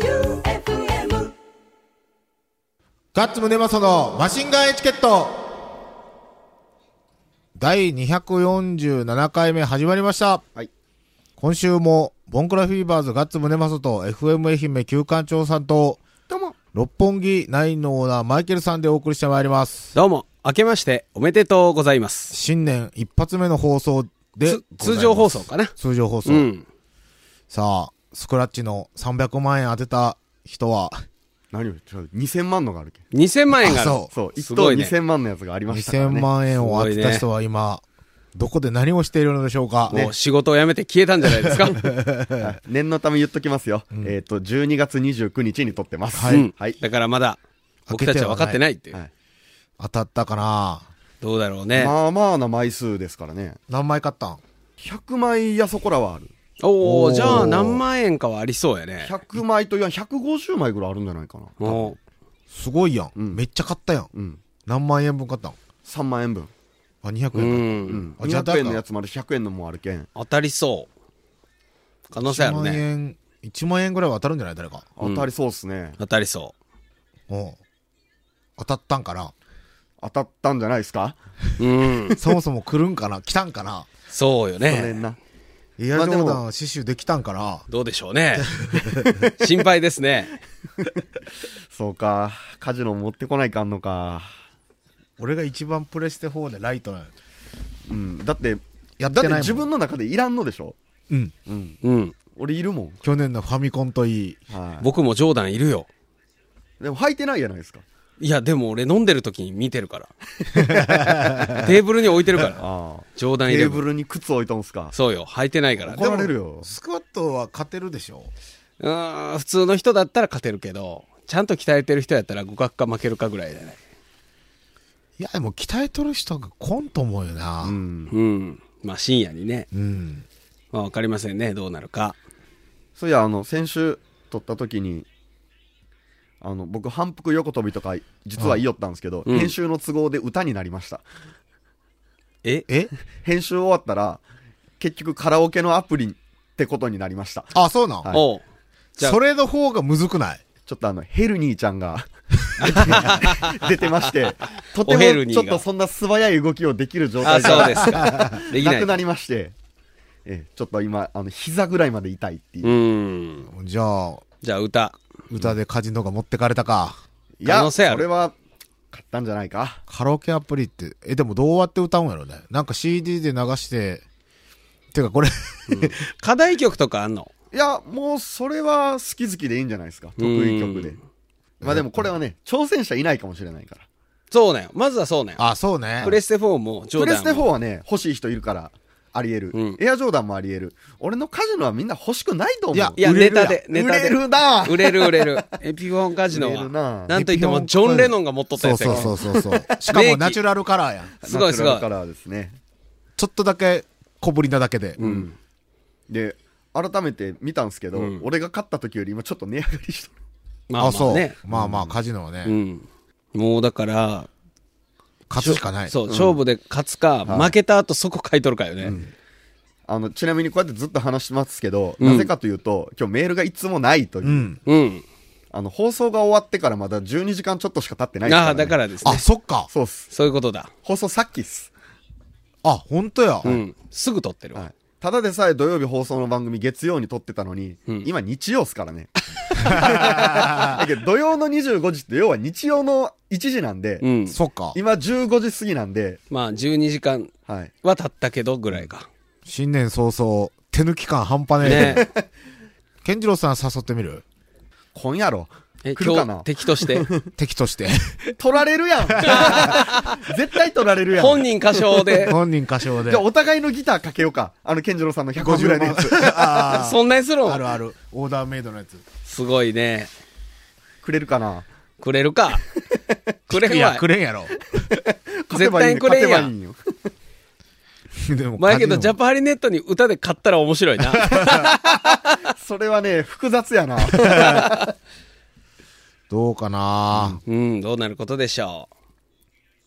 J-O-E-U-F-M ガッツムネマソのマシンガンエチケット第247回目始まりました。はい今週も、ボンクラフィーバーズガッツムネマソと FM 愛媛旧館長さんと、どうも。六本木ナインのオーナーマイケルさんでお送りしてまいります。どうも。明けましておめでとうございます。新年一発目の放送でつ、通常放送か。かな。通常放送。うん。さあ、スクラッチの300万円当てた人は、何をちょ2000万のがあるけ2000万円がある。あそうそうす1ご等いね2000万のやつがありましたから2000ね万円を当てた人は今、どこで何をしているのでしょうか。もう仕事を辞めて消えたんじゃないですか。はい念のため言っときますよ、えっ、と12月29日に撮ってますはいうんはい、だからまだ、僕たちは分かってないっていう。はい当たったかなどうだろうね。まあまあな枚数ですからね何枚買ったん100枚やそこらはあるおおおーじゃあ何万円かはありそうやね。 100枚といわん150枚ぐらいあるんじゃないかなもすごいやん,、んめっちゃ買ったやん。うん何万円分買ったん3万円分あ、200う、う。円。うんんあじゃあ200円のやつもある100円のもあるけん当たりそう。可能性あ1る万ね。円、1万円ぐらいは当たるんじゃない誰か。当たりそうっすね、当たりそうん。当たったんかな当たったんじゃないですかう。うん。そもそも来るんかな来 たんかなそうよ去ね。年なエアジョーダまあでン刺繍できたんかなどうでしょうね。心配ですね。そうかカジノ持ってこないかんのか俺が一番プレステ4でライトなんやうんだってやってだっなていもん自分の中でいらんのでしょうん。うんうん。俺いるもん。去年のファミコンといい。は僕もジョーダンいるよ。い。でも履いてないじゃないですか。いや、でも俺飲んでる時に見てるから。 テーブルに置いてるから。ああ。冗談入テれーブルに靴置いたんすか。そうよ。履いてないから怒ね。られるよ。スクワットは勝てるでしょうーん、普通の人だったら勝てるけど、ちゃんと鍛えてる人やったら互角か負けるかぐらいだね。いや、でも鍛えとる人が来んと思うよな。ううん。ん。うん。まあ深夜にね。まあわかりませんね。どうなるか。そういや、あの、先週撮った時に、あの、僕、反復横跳びとか、実は言いよったんですけど、うん編集の都合で歌になりました。え え編集終わったら、結局カラオケのアプリってことになりました。あ、そうなん、はいおうじゃあそれの方がむずくないちょっとあの、ヘルニーちゃん が出て、出てまして、とておヘルもニーちがょっとそんな素早い動きをできる状あ、態そうがですか。 できな。ないくなりまして、ええちょっと今、あの、膝ぐらいまで痛いっていうう。ん。じゃあ、じゃあ歌。歌でカジノが持ってかれたか。いや、可能性あるそれは、買ったんじゃないか。カラオケアプリって、え、でもどうやって歌うんやろね。なんか CD で流して、てかこれ、課題曲とかあんのいや、もう、それは、好き好きでいいんじゃないですか。得意曲うでん。まあでも、これはね、挑戦者いないかもしれないから。そうなんよ。まずはそうなん よ。あ、そうね。プレステ4もジョプーダレンも。ステ4はね、欲しい人いるから、あり得る。うんエアジョーダンもあり得る。俺のカジノはみんな欲しくないと思う。いやいや、売れネるやタんで、ネタで。売れる な売れる売れる。エピフォンカジノ売れは。るななんといっても、ジョン・レノンが持っとったそうやつそやかうら。そうそうそう。 しかもナチュラルカラーやん。すごいすごいナチュラルカラーですね。ちょっとだけ小ぶりなだけで。うん。で、改めて見たんですけど、うん俺が勝った時より今ちょっと値上がりした。まああまあそうね。。まあまあ、カジノはね、うん。もうだから、勝つしかない。そう、勝負で勝つか、負けた後そこ買い取るかよね。あの、ちなみにこうやってずっと話してますけど、うんなぜかというと、今日メールがいつもないという。うん。うん。あの、放送が終わってからまだ12時間ちょっとしか経ってないですから、あね。あ、だからですあ、ね。そっか。そうっす。そういうことだ。放送さっきっす。あ、ほんとや。うん。すぐ取ってるはわ。い。ただでさえ土曜日放送の番組月曜に撮ってたのに、今日曜っすか らね。だけど土曜の25時って要は日曜の1時なんで、うん。そっか。今15時過ぎなんで、まあ、12時間はい。は経ったけどぐらいか。新年早々、手抜き感半端ねえ。ね。ケンジロウさん誘ってみ る今夜ろ。え、来る今か日な、敵として、敵として。撮られ るやん絶対撮られるやん。本人歌唱で、本人歌唱で。じゃあお互いのギターかけようか。あの、健次郎さんの100ぐらいのやつ。 あそんなにす るーあるのある。オーダーメイドのやつ。すごいね。くれるかなくれるか。くれいるや、わく。れんやろ。勝てばいい絶対くれんやん勝てばいいよ。でもまあやけど、ジャプ。パハリネットに歌で買ったら面白いな。それはね、複雑やな。どうかな、うん、どうなることでしょ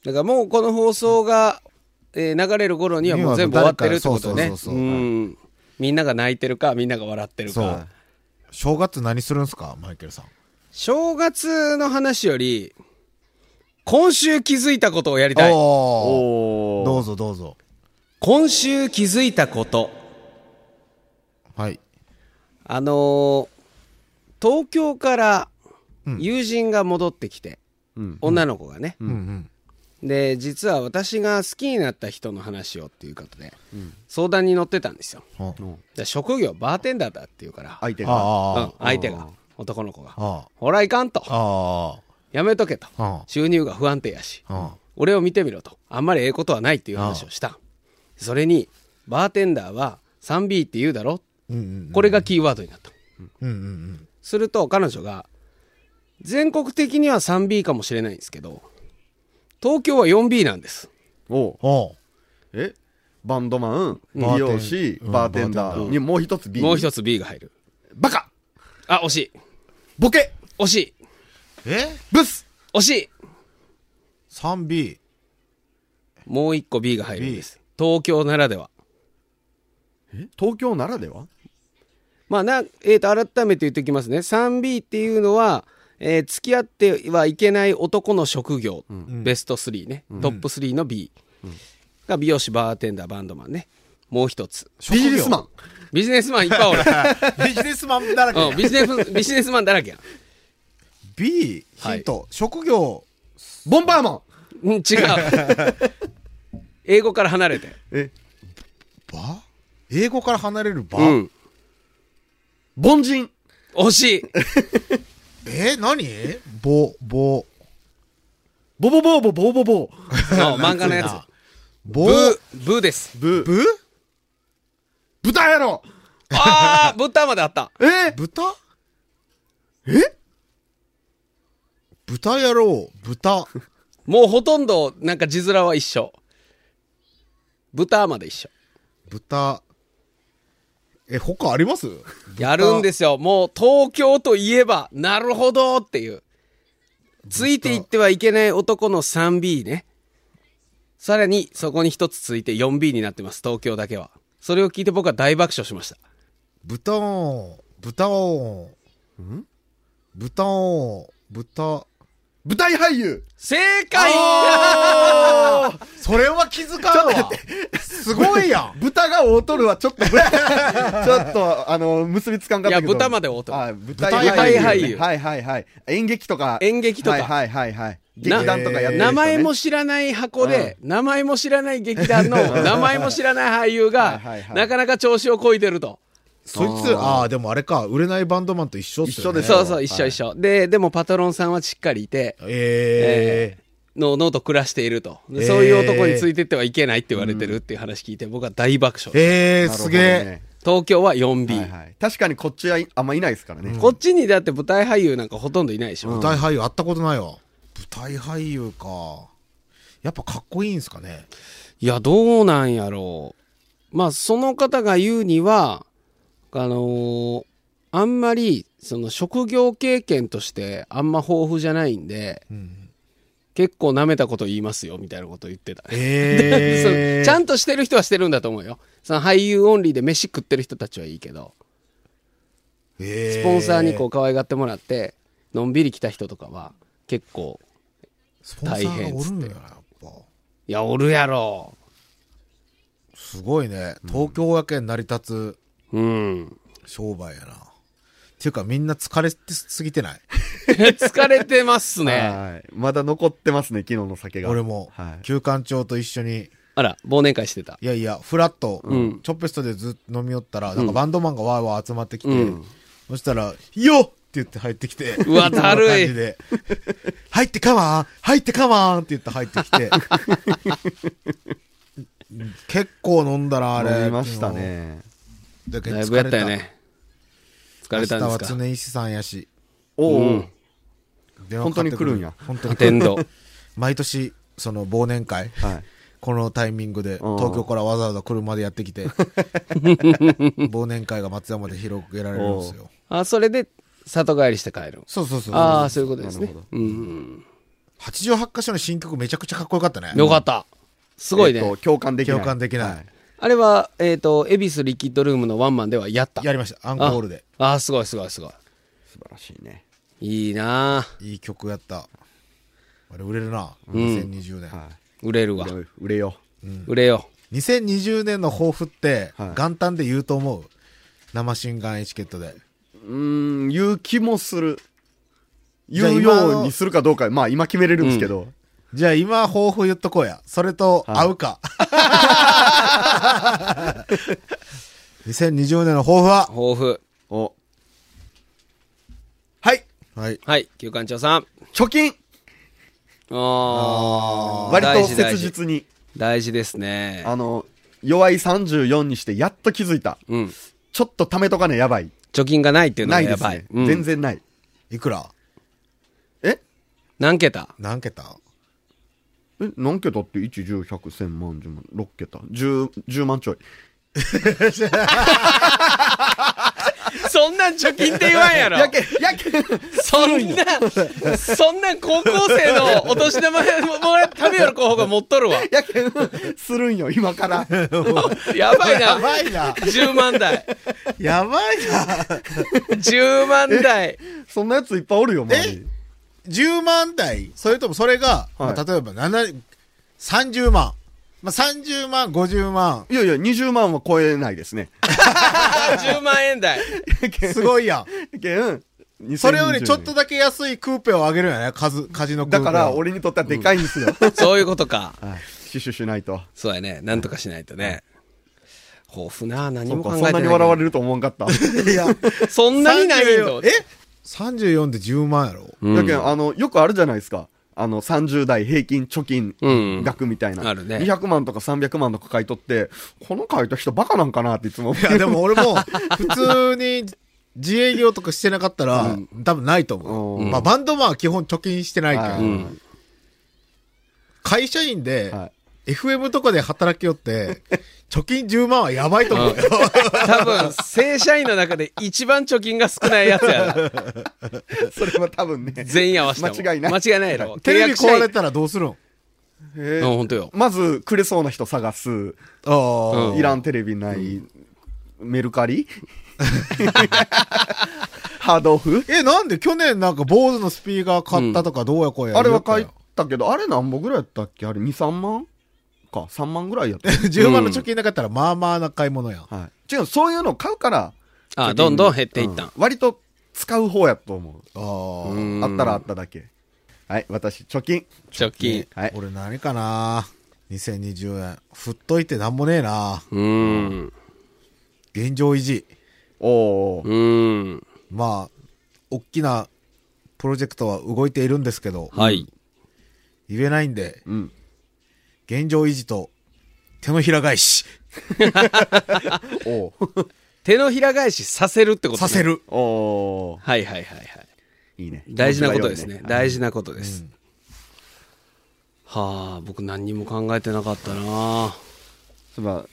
う。だからもうこの放送が、えー流れる頃にはもう全部終わってるってことね。そうそうそうそううんみんなが泣いてるか、みんなが笑ってるそかう。。正月何するんすかマイケルさん。正月の話より、今週気づいたことをやりたい。おおおどおうぞどうぞ。今週気づいたこと。はい。あのー東京から友人が戻ってきて、うん女の子がね、うんうん。で、実は私が好きになった人の話をっていうことで、相談に乗ってたんですよ。あで職業バーテンダーだっていうから、相手がうあん、相手が、男の子が。あほら、いかんとあ。あやめとけと。あ収入が不安定やし。あ俺を見てみろとあんまりええことはないっていう話をしたそれにバーテンダーは 3B って言うだろうんうんこれがキーワードになったうんうんすると彼女が全国的には 3B かもしれないんですけど東京は 4B なんですおううん。おうえバンドマンバーテン美容師うんバーテンダーにもう一つ B もう一つ B が入るバカあ惜しいボケ惜しいえブス惜しい ?3B。もう一個 B が入るんです東京ならではえ東京ならではまあな、えー、と改めて言っておきますね 3B っていうのは、えー付き合ってはいけない男の職業、ベスト3ね、トップ3の B、が美容師バーテンダーバンドマンねもう一つ職業ビジネスマン。ビジネスマンいっぱい おる、 ビジネスマンだらけやうん、ビジネスビジネスマンだらけや B、ヒント。職業。ボンバーマンうん 違う英語から離れてえば英語から離れるばうん凡人惜 しいえ何ぼ、ぼ。ボボボーボボーボボーの漫画のやつぼブ、ーブーですブぶ豚やろああ豚まであったえ豚え豚野郎、豚。もうほとんどなんか字面は一緒豚まで一緒豚。え、他ありますやるんですよ。もう東京といえば、なるほどっていう。ついていってはいけない男の 3B ね。さらに、そこに一つついて 4B になってます、東京だけは。それを聞いて僕は大爆笑しました。豚を、豚を、ん豚を、豚。舞台俳優正解それは気づかんわ。すごいやん。豚が劣るはちょっ と、ちょっと、あの、結びつかんかったけど。いや豚まで劣るはい舞台舞台俳俳優優。はいはいはい。演劇とか。演劇とかはいはいはいはい。劇な団とかやってる人ね名前も知らない箱で、名前も知らない劇団 の、名前も知らない俳優はがいはいは、いなかなか調子をこいでると。そいつ、ああ、でもあれか、売れないバンドマンと一緒っすよね。一緒ですそうそう、一緒一緒。で、でもパトロンさんはしっかりいて、ええののと暮らしていると、でえーそういう男についてってはいけないって言われてるっていう話聞いて、僕は大爆笑、ええなるほすどげえ。ね東京は 4B、はいはい。確かにこっちはあんまいないですからね。こっちにだって舞台俳優なんかほとんどいないでしょ、舞台俳優、会ったことないわ。舞台俳優か。やっぱかっこいいんすかね。いやどうなんやろうまあその方が言うにはあのーあんまりその職業経験としてあんま豊富じゃないんで、結構なめたこと言いますよみたいなこと言ってたね そええのちゃんとしてる人はしてるんだと思うよその俳優オンリーで飯食ってる人たちはいいけどええスポンサーにこう可愛がってもらって、のんびり来た人とかは、結構、スポンサーがおるんだよな、やっぱ。いや、おるやろ。すごいね。東京やけん成り立うん。 つ商売やな。っていうかみんな疲れてすぎてない。疲れてますね。はい。まだ残ってますね、昨日の酒が。俺もは、い。旧館長と一緒に、あら、忘年会してた。いやいや、フラット、うんチョッペストでずっと飲み寄ったら、なんかバンドマンがわーわー集まってきて、うんそしたら、よっって言って入ってきて、 うわだるこんない感じで入ってかまん入ってかまんって言って入ってき て。結構飲んだら、あれ。飲みましたね。だけど疲だれいぶやったよ。ね。疲れたんで明す日はか。常石さんやし。おうおん。電話かかって本当に来るんや本当アにテ来ンる。ド。毎年、その忘年会。はい。このタイミングで、うん東京からわざわざ車でやってき て、忘年会が松山で広げられるんですよ。 あ、それで、里帰りして帰る。そうそうそう。ああ、そういうことですなねるほ。うんうん。 88箇所の新曲めちゃくちゃかっこよかったね。よかった。すごいねえっ。と共感できない。共感できないはあれは、えっ、と、恵比寿リキッドルームのワンマンではやった。やりました。アンコールで。ああー、すごいすごいすごい。素晴らしいね。いいなあいい曲やった。あれ売れるな。2020年。は売れるい。わ売。れ売れよう。売れよ2020年の抱負って、はい元旦で言うと思う。生新眼エチケットで。うーん、言う気もする。じゃあ言う今のようにするかどうか、まあ今決めれるんですけど。じゃあ今抱負言っとこうや。それとは合いうか。2020年の抱負は抱負。お。はいはい。はい、旧館長さん。貯金ああ。割と大事大切事実に。大事ですね。あの、弱い34にしてやっと気づいた。うん。ちょっと貯めとかね、やばい。貯金がないっていうのながいでやすばい。ね。うん全。然ない。いくらえ何桁何桁え何桁って1、10、100、1000万、10万、6桁。10、10万ちょい。 そんなん貯金って言わんや ろ。やけ、やけ、そんな、そんな高校生のお年玉ももら食べよる候補が持っとるわ。やけ、 するんよ、今 から。やばいやな。ばいな。 10万台。やばいな。 10万台。そんなやついっぱいおるよ、周り。 10万台それともそれが、はいまあ、例えば7 30万。まあ、30万、50万。いやいや、20万は超えないですね。 10万円台。すごいや ん。やけん、それよりちょっとだだけ安いクーペを上げるよね。カズカジノクーペを。から、俺にとってはでかいんですよ。そういうことか。はい。死守しないと。そうやね。なんとかしないとね。豊富な何そもう考かえそてんなないに。笑われると思わんかった。いや、そんなにないん34だ。え ?34 で10万やろうんだけど、あの、よくあるじゃないですか。あの、30代平均貯うんう金ん額みたいな。あるね200万とか300万とか買い取って、この買いた人バカなんかなっていつも思うい。や、でも俺も、普通に自営業とかしてなかったら、多分ないと思う。うんまあ、バンドマンは基本貯金してないけど、はういん。会社員で、は FM とかで働きよ って、貯金10万はやばいと思うよ。多分、正社員の中で一番貯金が少ないやつや な。い。それは多分ね。全員合わせても。間違いない間違いないや ろ。テレビ契約社壊員れたらどうするんへうん、ー本当よ。まず、くれそうな人探す。あうんいらんテレビない。メルカリ ハードオフあ。え、なんで去年なんか坊主のスピーカー買ったとかどうやこうやあれは言買いいよったけど、あれ何本ぐらいやったっけあれ2、3万か。3万ぐらいやっ た。よ ?10 万の貯金なかったらまあまあな買い物やん。はい。違う、そういうの買うから。ああどんどん減っていったんう割と使う方やと思う。ああ、うんあったらあっただけ。はい、私、貯金。貯金。はい。俺何かな2020年。振っといてなんもねえなうん。現状維持。おおー、うん。まあ、大きなプロジェクトは動いているんですけど、はい。言えないんで、うん。現状維持と手のひら返しおー手のひら返しさせるってこと、ね、させ。る。おーはいはいはいはい。いいね。大事なことですね。はい大事なことです。はあ、僕何にも考えてなかったなそういえば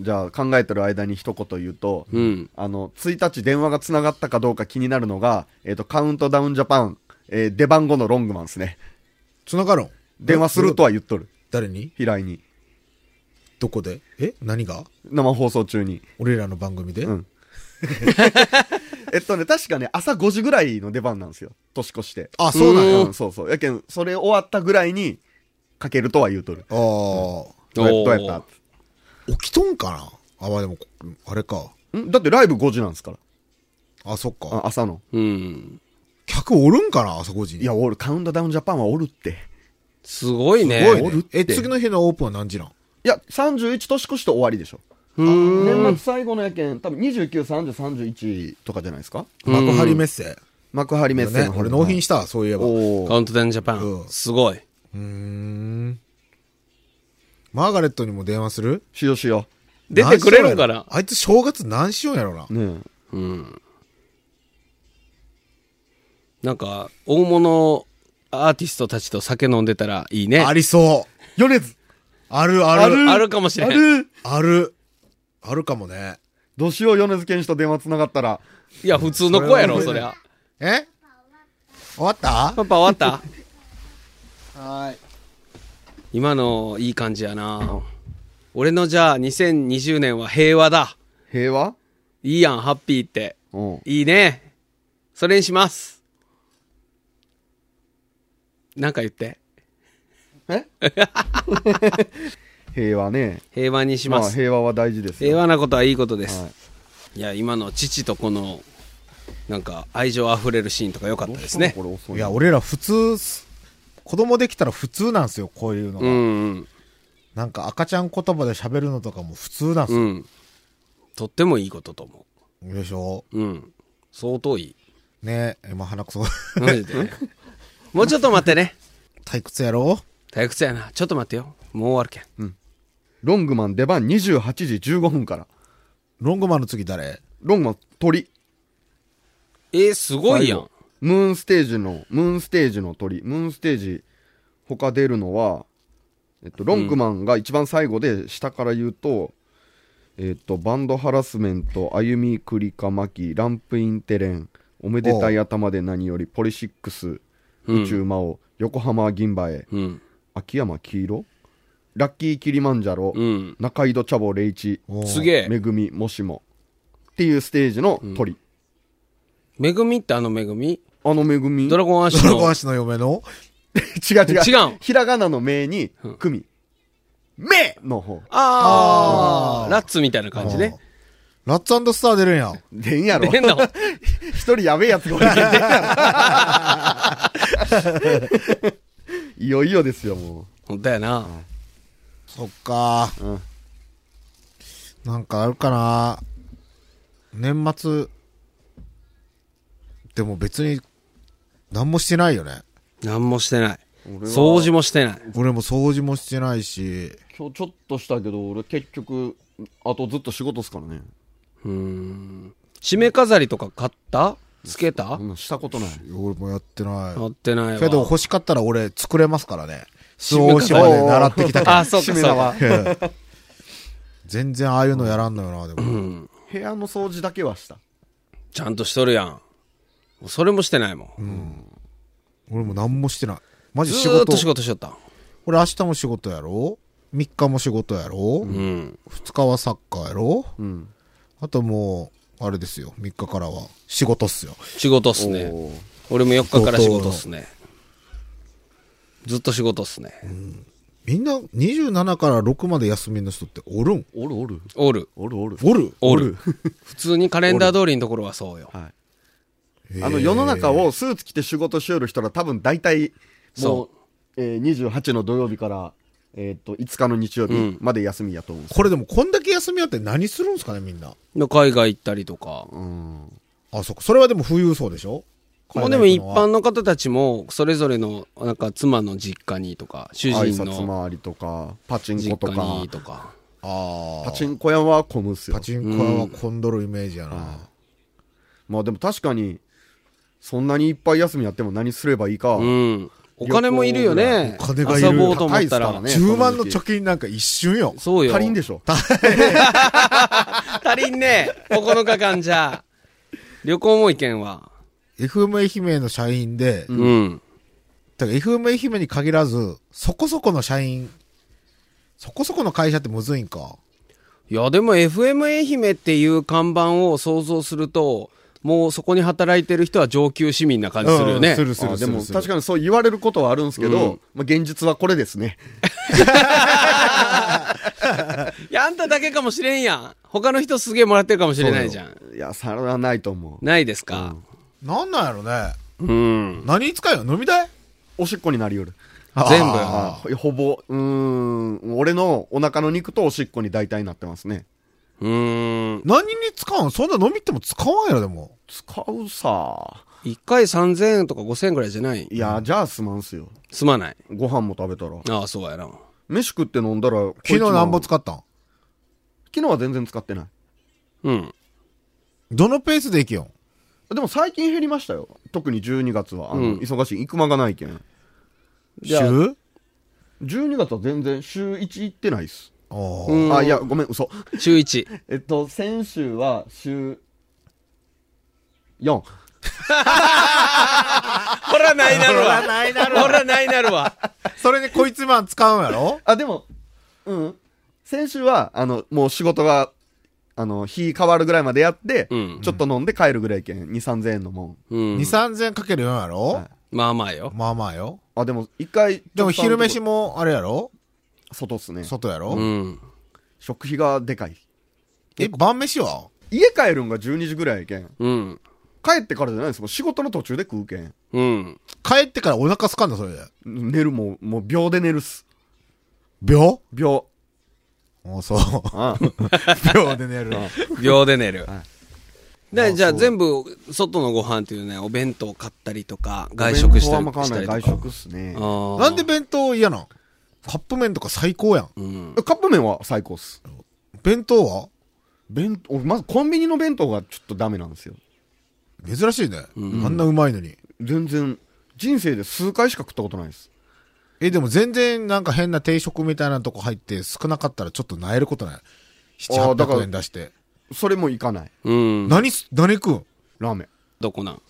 じゃあ、考えてる間に一言言うと、うん。あの、1日電話が繋がったかどうか気になるのが、えっ、と、カウントダウンジャパン、えー出番後のロングマンですね。つながるん電話するとは言っとる。誰に平井に。どこでえ何が生放送中に。俺らの番組で、うん えっとね、確かね、朝5時ぐらいの出番なんですよ。年越して。あ、そうなんや。うん、そうそう。やけん、それ終わったぐらいに、かけるとは言うとる。ああ、どうやおーどうやっ起きとんかなあ、まあでも、あれか。たんだってライブ5時なんですから。あ、そっか。あ朝の。うん。客おるんかな朝5時に。いや、おる、カウントダウンジャパンはおるって。すごいね。すごいねおるってえ、次の日のオープンは何時なんいや、31年越しと終わりでしょ。年末最後のやけん、多分29、30、31とかじゃないですか幕張メッセ。幕張メッセねの、方俺の納品した、そういえば。うおカーウントダウンジャパン。うんすごい。ーん。マーガレットにも電話するしようしよ出てくれるん何しようかやなろあいつ正月何しようんやろなう。。ねえうん。なんか、大物アーティストたちと酒飲んでたらいいね。ありそう。米津あるあある。るあるかもしれんあるある。あるかもね。どうしよう、米津玄師と電話つながったら。いや、普通の子やろ、そそれりゃは。え終わったパパ終わったはい。今のいい感じやな俺のじゃあ2020年は平和だ。平和いいやん、ハッピーって。うん。いいね。それにします。なんか言って。平和ね。平和にしままあす。平和は大事ですよ。平和なことはいいことです。、はいや、今の父とこの、なんか愛情あふれるシーンとか良かったですねこ。れ遅い。いや、俺ら普通す、子供できたら普通なんですよ、こういうのうが。ん、なんか赤ちゃん言葉で喋るのとかも普通なんでうすよ。ん。うん。とってもいいことと思でしょう。うん。相当いい。ねえ、今鼻くそ。 マジで。もうちょっと待ってね。退屈やろ退屈やな。ちょっと待ってよ。もう終わるけん。ロングマン出番28時15分から。ロングマンの次誰ロングマン鳥。えー、すごいやん。ムーンステージの、ムーンステージの鳥。ムーンステージ、他出るのは、えっと、ロングマンが一番最後で、下から言うと、えっと、バンドハラスメント、歩みクリカマキ、ランプインテレン、おめでたい頭で何より、ポリシックス、宇宙魔王、横浜銀馬へ、うん。秋山黄色、ラッキーキリマンジャロ、うん。中井戸茶坊レイチ、おーすげえめ。ぐみ、もしも。っていうステージの鳥。めぐみってあのめぐみあのめぐみ。ドラゴンアッシドュラゴンの。足の嫁の違う違う。違うんひらがなの名に、組。めの方。あああーラッツみたいな感じね。うん。ラッツスター出るんやん。でんやろ。変な。 一人やべえやつがおるけど出んやろ。 いよいよですよ、も本当やな。そっか、うんなんかあるかな年末、でも別に、何もしてないよね。何もしてない。う。掃除もしてない。俺も掃除もしてないし、今日ちょっとしたけど、俺結局、あとずっと仕事っすからね。うーん。締め飾りとか買ったつけたあんなしたことない。俺もやってな買い。ってないわ。けど欲しかったら俺作れますからね。周め防飾り島で習ってきたあ、かそうか、そう締め縄か。ら。全然ああいうのやらんのよな、でも。部屋の掃除だけはした。ちゃんとしとるやん。もうそれもしてないもん。俺も何もしてない。マジ仕ずーっ事と。仕事しとった。俺明日も仕事やろ ?3 日も仕事やろ、うん。 2日はサッカーやろうん。あともう、あれですよ、3日からは仕事っすよ。仕事っすね。おー俺も4日から仕事っすね。ずっと仕事っすね。みんな27から6まで休みの人っておるんおるおる。おる。おるおる。おるおる。 普通にカレンダー通りのところはそうよ。はい。へーあの世の中をスーツ着て仕事しよる人ら多分大体も、そうえー、28の土曜日から、えーっと5日の日曜日まで休みやと思うんです、これでもこんだけ休みあって何するんすかね、みんな。で海外行ったりとか。うんあ、そっか。それはでも富裕層でしょまあでも一。海外般行くのはの方たちも、それぞれの、なんか妻の実家にとか、主挨人拶の回りとかパチンコ実と家かにとか。ああ。パチンコ屋は混むっすよパチンコ屋は混んどるイメージやな。まあでも確かにそんなにいっぱい休みやっても何すればいいか、うん。お金もいるよね。お金がいる遊ぼうと思った高いっすからら。ね10万の貯金なんか一瞬よ。そうよ。足りんでしょ足りんね。9日 間じゃ。旅行も行けんわ。 FM 愛媛の社員で、うん。だから FM 愛媛に限らず、そこそこの社員、そこそこの会社ってむずいんか。いや、でも FM 愛媛っていう看板を想像すると、もうそこに働いてる人は上級市民な感じするようねんす。るするあすでるもする確かにそう言われることはあるんですけど、まあ、現実はこれですねいや、あんただけかもしれんやん。他の人すげえもらってるかもしれないじゃん。いやそれはないと思うないですか。なんなんやろね。うん。何に使うよ飲み代おしっこになりよる全部ああほほぼ、うーん、俺のお腹の肉とおしっこに大体なってますね。うーん。ー何に使うんそんな飲みっても使わんやろ、でも。使うさ。一回3000円とか5000円ぐらいじゃないいや、じゃあすまんすよ。すまない。ご飯も食べたら。ああ、そうやな。飯食って飲んだら、昨日何本っ使ったん昨日は全然使ってない。うん。どのペースで行きよんでも最近減りましたよ。特に12月は。あの、うん忙しい。行く間がないけん。じゃあ週12月は全然週1行ってないっす。あーうんあ、いや、ごめん、嘘。週1。 えっと、先週は週4。ほら、ないなるわ。ほら、ないなるわ。ほら、ないなるわ。それにこいつマン使うんやろあ、でも、うん。先週は、あの、もう仕事が、あの、日変わるぐらいまでやって、うんちょっと飲んで帰るぐらいけん、2、3000円のもん。う2、。ん3000かける4やろ、はいまあまあよ。まあまあよ。あ、でも、一回、でも昼飯も。もあれやろ外っすね。外やろ、うん。食費がでかい。え、晩飯は家帰るんが12時ぐらいやけん。うん。帰ってからじゃないですもん。仕事の途中で食うけん。うん。帰ってからお腹すかんだ、それで。寝るもん、もう秒で寝るっす。秒秒。もうそう。あ秒で寝る。 秒で寝る。あで、じゃあそう全部、外のご飯っていうね、お弁当買ったりとか、外食したありんま変わしらたなりい。とか。外食っすね。あーなんで弁当嫌なんカップ麺とか最高やん。うん。カップ麺は最高っす。弁当は弁当、まずコンビニの弁当がちょっとダメなんですよ。珍しいね。あんなうまいのに。全然、人生で数回しか食ったことないです。え、でも全然なんか変な定食みたいなとこ入って少なかったらちょっとなえることない。七あー八だから百円出して。それもいかない。うん。何す、何食うんラーメン。どこなん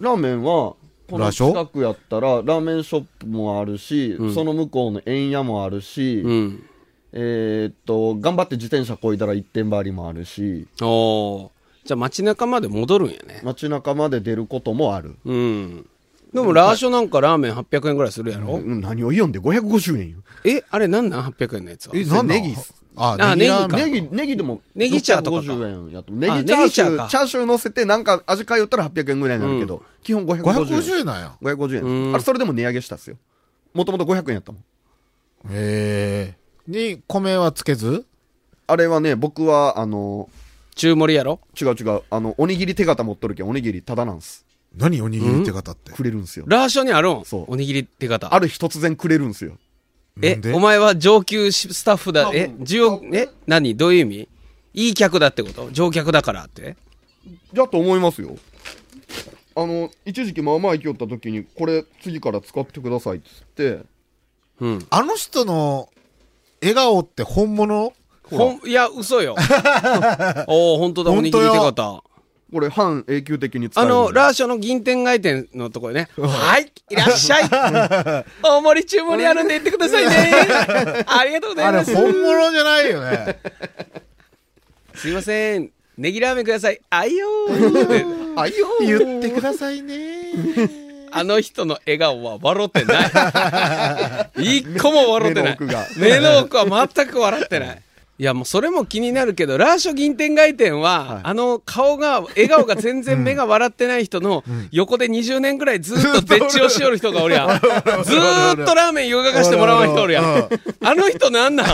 ラーメンは、こラのーショ近くやったら、ラーメンショップもあるし、その向こうの円屋もあるし、うん。えーっと、頑張って自転車こいだら一点張りもあるし、おーじゃあ街中まで戻るんやね。街中まで出ることもある。うん。でも、ラーショなんかラーメン800円ぐらいするやろ、うん何をイオンで550円よ。え、あれなんなん ?800 円のやつは。え、なんだネギっすああー、ネギラーネギメかン。ネギ、ネギでも、ネギチャーとかか650円やと。ネあギチャーシュネギチャーー、かチャーシュー乗せて、なんか味変えよったら800円ぐらいになるけど、基本550円。 550円なんや。 550円ですうんあれ、それでも値上げしたっすよ。もともと500円やったもん。へえ。に、米はつけずあれはね、僕は、あの、中盛りやろ違う違う、あの、おにぎり手形持っとるけん、おにぎりただなんす。何おにぎり手形って。くれるんすよ。ラーショにあるんそうおにぎり手形。ある日突然くれるんすよ。なえんで、お前は上級しスタッフだ。え、需要、え、何どういう意味いい客だってこと乗客だからってじゃあと思いますよ。あの、一時期まあまあ生きよった時に、これ次から使ってくださいっつって、うん。あの人の笑顔って本物ほん、いや、嘘よ。おお本当だ、おにぎり手本形。これ半永久的に使あえるんで。の、ラーショの銀天街店のところね。はい、いらっしゃい。大盛り中盛りあるんで行ってくださいね。ありがとうござあいれます。本物じゃないよね。すいません。ネギラーメンください。あいよー。あ、いいよ言ってくださいね。あの人の笑顔は笑ってない。一個も笑ってない。目の奥が目の奥は全く笑ってない。いや、もうそれも気になるけど、ラーショ銀天街店は、はいあの顔が、笑顔が全然目が笑ってない人の、横で20年ぐらいずっと別地をしよる人がおるやん。ずーっとラーメン湯がかしてもらわん人おるやん。うんあの人なんなん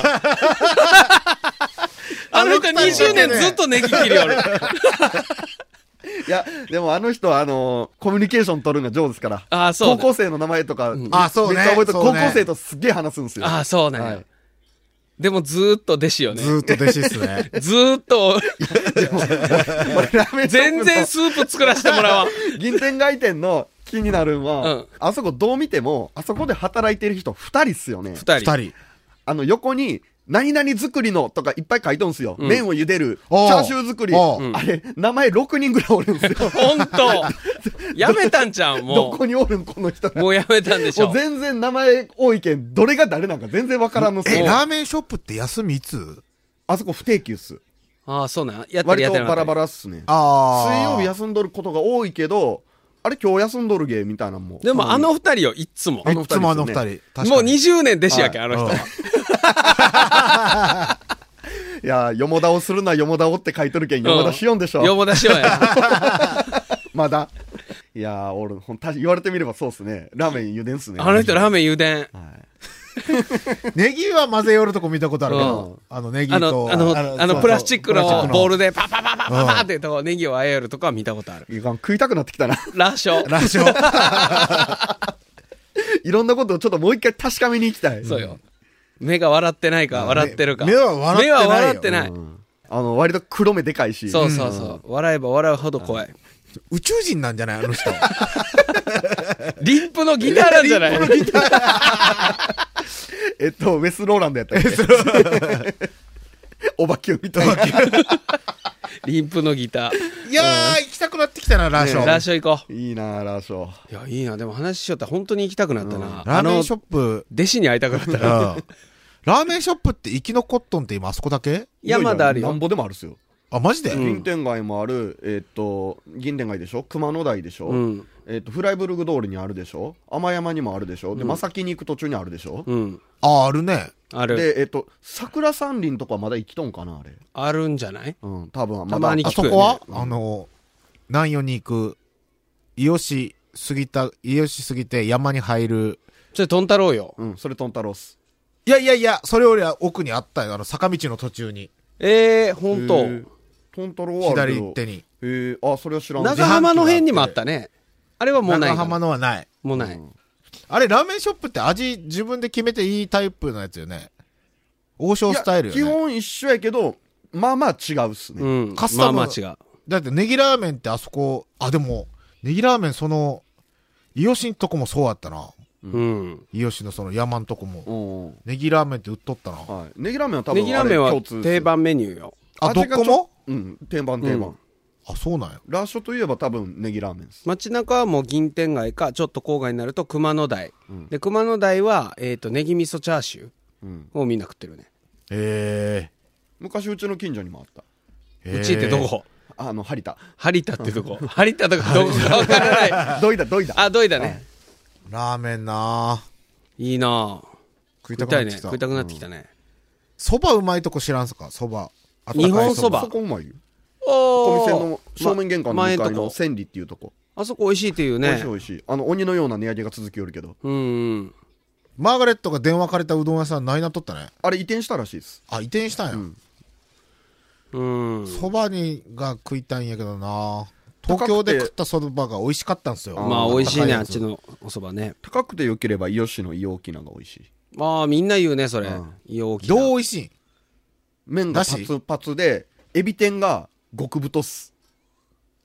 あの人20年ずっとネギ切りおる。いや、でもあの人は、あのーコミュニケーション取るのが上手ですから。あーそうね高校生の名前とか、あそうねめっちゃ覚えてる、そう高ね校生とすっげえ話すんですよ。ああ、そうなんや。はいでもずーっと弟子よねず。ーっと弟子っすね。ずーっと、俺ラーメンショップ全の然スープ作らせてもらわん。銀天街店の気になるんは、うんあそこどう見ても、あそこで働いてる人2人っすよね。二人。二人。あの横に、何々作りのとかいっぱい書いとんすよ。ん。麺を茹でる、チおうャーシュー作り。おうあれ、名前6人ぐらいおるんですよ本当やめたんちゃうん、ど もこにおるん、この人う。もうやめたんでしょもう。全然名前多いけん、どれが誰なんか全然わからんのっすえ、よ。ラーメンショップって休みいつあそこ不定休っす。ああ、そうなん。やってる割やとってる。バラバラっすね。あ水曜日や休んどることが多いけど、あれ今日休んどるげみたいなのも。でもあの二人よ、いっつも。あいっつもあの二人あの。確かにもう20年弟子やけん、あの人は。いや、よもだをするな、よもだをって書いとるけん、よもだしよんでしょ。よもだしようや。まだ。いやー、俺、ほん、た言われてみればそうっすね。ラーメン茹でんっすね。あの人ラーメン油田。ネギは混ぜ寄るとこ見たことあるけど、あのネギあのと、、あの、あの、プラスチックのボールでパパパパパパうんってとこ、ネギをあえよるとかは見たことある。いかん食いたくなってきたな。 ラーショ。ラジオ。いろんなことをちょっともう一回確かめに行きたい。そうよ。目が笑ってないか、笑ってるか。目目は笑って目ないよは笑ってなうい。ん。あの、割と黒目でかいし。そうそうそう。笑えば笑うほど怖い。宇宙人なんじゃないあの 人。リンプのギターなんじゃないえっと、ウェス・ローランドやったっけ お化けみたいな。 リンプのギター。いやー、行きたくなってきたな、ラーショラーショ行こう。 いいなーラーショー。いや、いいな。でも話しよったら本当に行きたくなったな。ラーあメのンショップ、 弟子に会いたくなったうんな。ララーメンショップって生きのコットンって今あそこだけいやいや山田あるなよん。ぼでもあるっすよ。あ、マジで、うん銀天街もある、えーっと、銀天街でしょ熊野台でしょ、うん。えーっと、フライブルグ通りにあるでしょ天山にもあるでしょで、正木に行く途中にあるでしょ、うん。ああ、あるね。ある。で、えーっと、桜山林とかまだ生きとんかなあれ。あるんじゃないうん、多分まだ。たまにあ聞くそよねこは、うんあの、南予に行く、伊予市過ぎた、伊予市過ぎて山に入る。ちょっとトンタロウよ。うん、それトンタロース。いやいやいや、それよりは奥にあったよ。あの、坂道の途中に。ええー、ほんへとー。トンタローはあるけ左ど手に。へーあ、それは知らん。長販浜の辺にもあったね。あれはもうない長から。浜のはない。もうない。あれ、ラーメンショップって味自分で決めていいタイプのやつよね。王将スタイルよ、ね。いや基本一緒やけど、まあまあ違うっすね。うん。カスタムまあまあ違う。だってネギラーメンってあそこ、あ、でも、ネギラーメンその、伊予市んとこもそうやったな。うん。伊予市のその山んとこも。うん。ネギラーメンって売っとったな。はい。ネギラーメンは多分ネギラーメンあれは共通です定。番メニューよ。あ、ど味がちょこもうん、定番定番。うんあ、そうなんや。ラーショといえば多分ネギラーメンです。街中はもう銀天街か、ちょっと郊外になると熊野台。で、熊野台は、えっ、と、ネギ味噌チャーシュうん。ーをみんな食ってるね。え昔うちの近所にもあっえうちってどこた。あの、ハリタ。張田ってと こ。張田とかどこかわからない。どいだ、どいだ。あ、どいだね。ラーメンなぁ。いいなぁ。食い食たいくなったいてね。きた食い。たくなってきたね。そばうまいとこ知らんすかそば。日本そばそこうまいよ。おおー店の正面玄関のま向前かといのこ。千里っていうとこ。あそこ美味しいっていう美味ねしい。美味しい。あの、鬼のような値上げが続きよるけど。うんうん。マーガレットが電話かれたうどん屋さんないなっとったね。あれ移転したらしいです。あ、移転したんうんや。。そばにが食いたいんやけどなぁ。東京で食ったそばが美味しかったんすよ。まあ美味しいね、あっちの。のお蕎麦ね。高くて良ければ、伊予市の伊予沖縄が美味しい。まあみんな言うね、それうん。陽気どう美な。味しいん麺がだパしツパツで、エビ天が極太っす。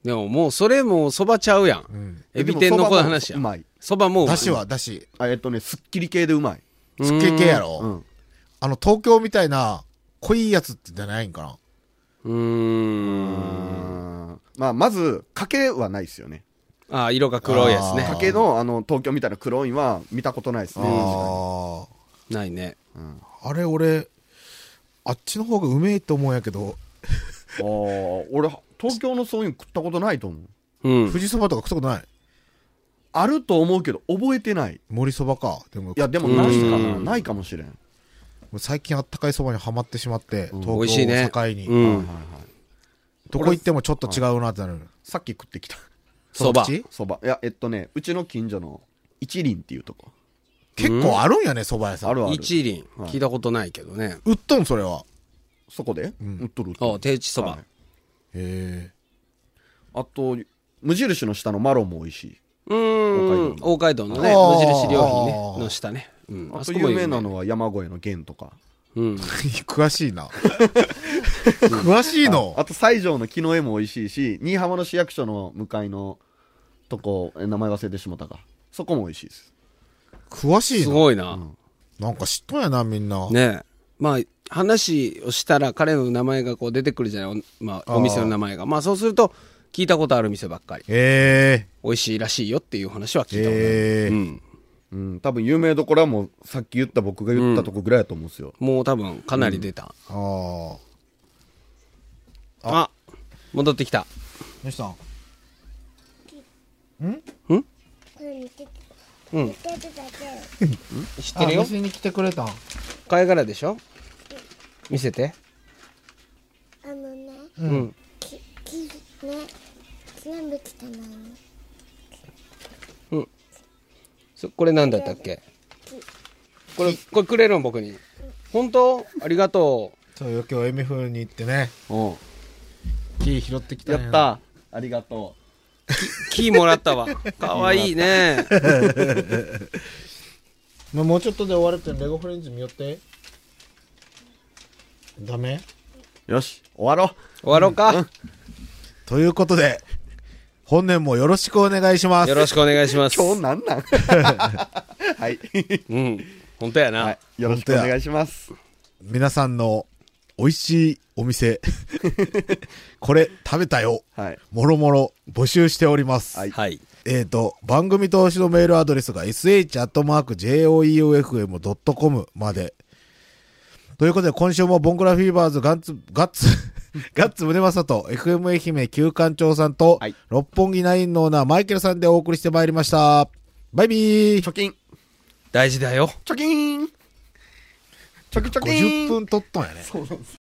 でももうそれもう蕎麦ちゃうやん。エビ天の子の話やう。まい。蕎麦もうまいだしはだし。あえっとね、すっきり系でうまい。すっげえ系やろ、うん。あの、東京みたいな、濃いやつって出ないんかなうーん。まあ、まず、かけはないですよね。ああ、色が黒いやつあねか。けの、あの、東京みたいな黒いんは見たことないですね。あないね。あ。あれ、俺、あっちの方がうめえと思うんやけど、あー俺、東京のそういうの食ったことないと思う。うん。富士そばとか食ったことない。あると思うけど、覚えてない。い森そばか。でも、や、でも、ないかな。うんないかもしれん。もう最近あったかいそばにはまってしまって、東京美味しいね。を境に、うん。どこ行ってもちょっと違うなってなる。さっき食ってきた。 そば。口そば。いや、えっとね、うちの近所の一輪っていうとこ。結構あるんやね、そば屋さん。あるある。一輪。聞いたことないけどね。売っとん、それは。そこで、売っとる売っとるあ定置そばはい。へえ。 あと、無印の下のマロンも美味しい。うーん。大街道のね、あー無印良品ね。の下ね。うん。ああとそこも有有名名なのは山越えの玄とか。うん。詳しいな。詳しいの。あと西条の木の絵も美味しいし、新居浜の市役所の向かいのとこ、え名前忘れてしまったか。そこも美味しいです。詳しいすの。ごいな。なんか知っとんやな、みんな。ねえ。まあ、話をしたら彼の名前がこう出てくるじゃない、おまあ、お店の名前が。まあ、そうすると、聞いたことある店ばっかり。え美味しいらしいよっていう話はえ。聞いたことある。えうえ。ん。うん、多分有名どころはもうさっき言った僕が言ったとこぐらいだと思うんですよ。もう多分、かなり出た。ああ。あ戻ってきた。どうしたんこれ見ててうん見ててだけ知ってるよ。に来てくれたん貝殻でしょ見せて。あのねうん。ききね全部汚いねそこれなんだったっけこれ、これくれるの僕に。本当ありがとそうよ、今日エミフに行ってね、うん木拾ってきたやんったありがとう。キーもらったわ。かわいいね。まあ、もうちょっとで終わるってレゴフレンズ見よって。ダメう。よし、終わろ終わろうか。ということで、本年もよろしくお願いします。よろしくお願いします。う。今日なんなんはい。うん。本当やな。はい。よろしくお願いします。皆さんの美味しいお店、 これ食べたよ、はい。もろもろ募集しております。はいはい。えっ、と、番組投資のメールアドレスが sh.joeufm.com まで。ということで、今週もボンクラフィーバーズガッツ、ガッツ、 ガッツ宗正と FM 愛媛旧館長さんと、はい六本木ナインのオーナーマイケルさんでお送りしてまいりました。バイビー貯金大事だよ。貯金貯金貯金50分撮っとんやね。そうなんです